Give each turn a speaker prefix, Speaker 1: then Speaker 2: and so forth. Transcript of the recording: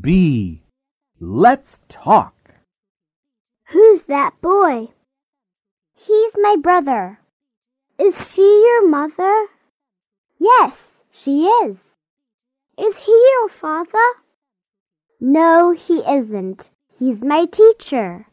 Speaker 1: B. Let's talk.
Speaker 2: Who's that boy? He's my brother. Is she your mother? Yes, she is. Is he your father? No, he isn't. He's my teacher.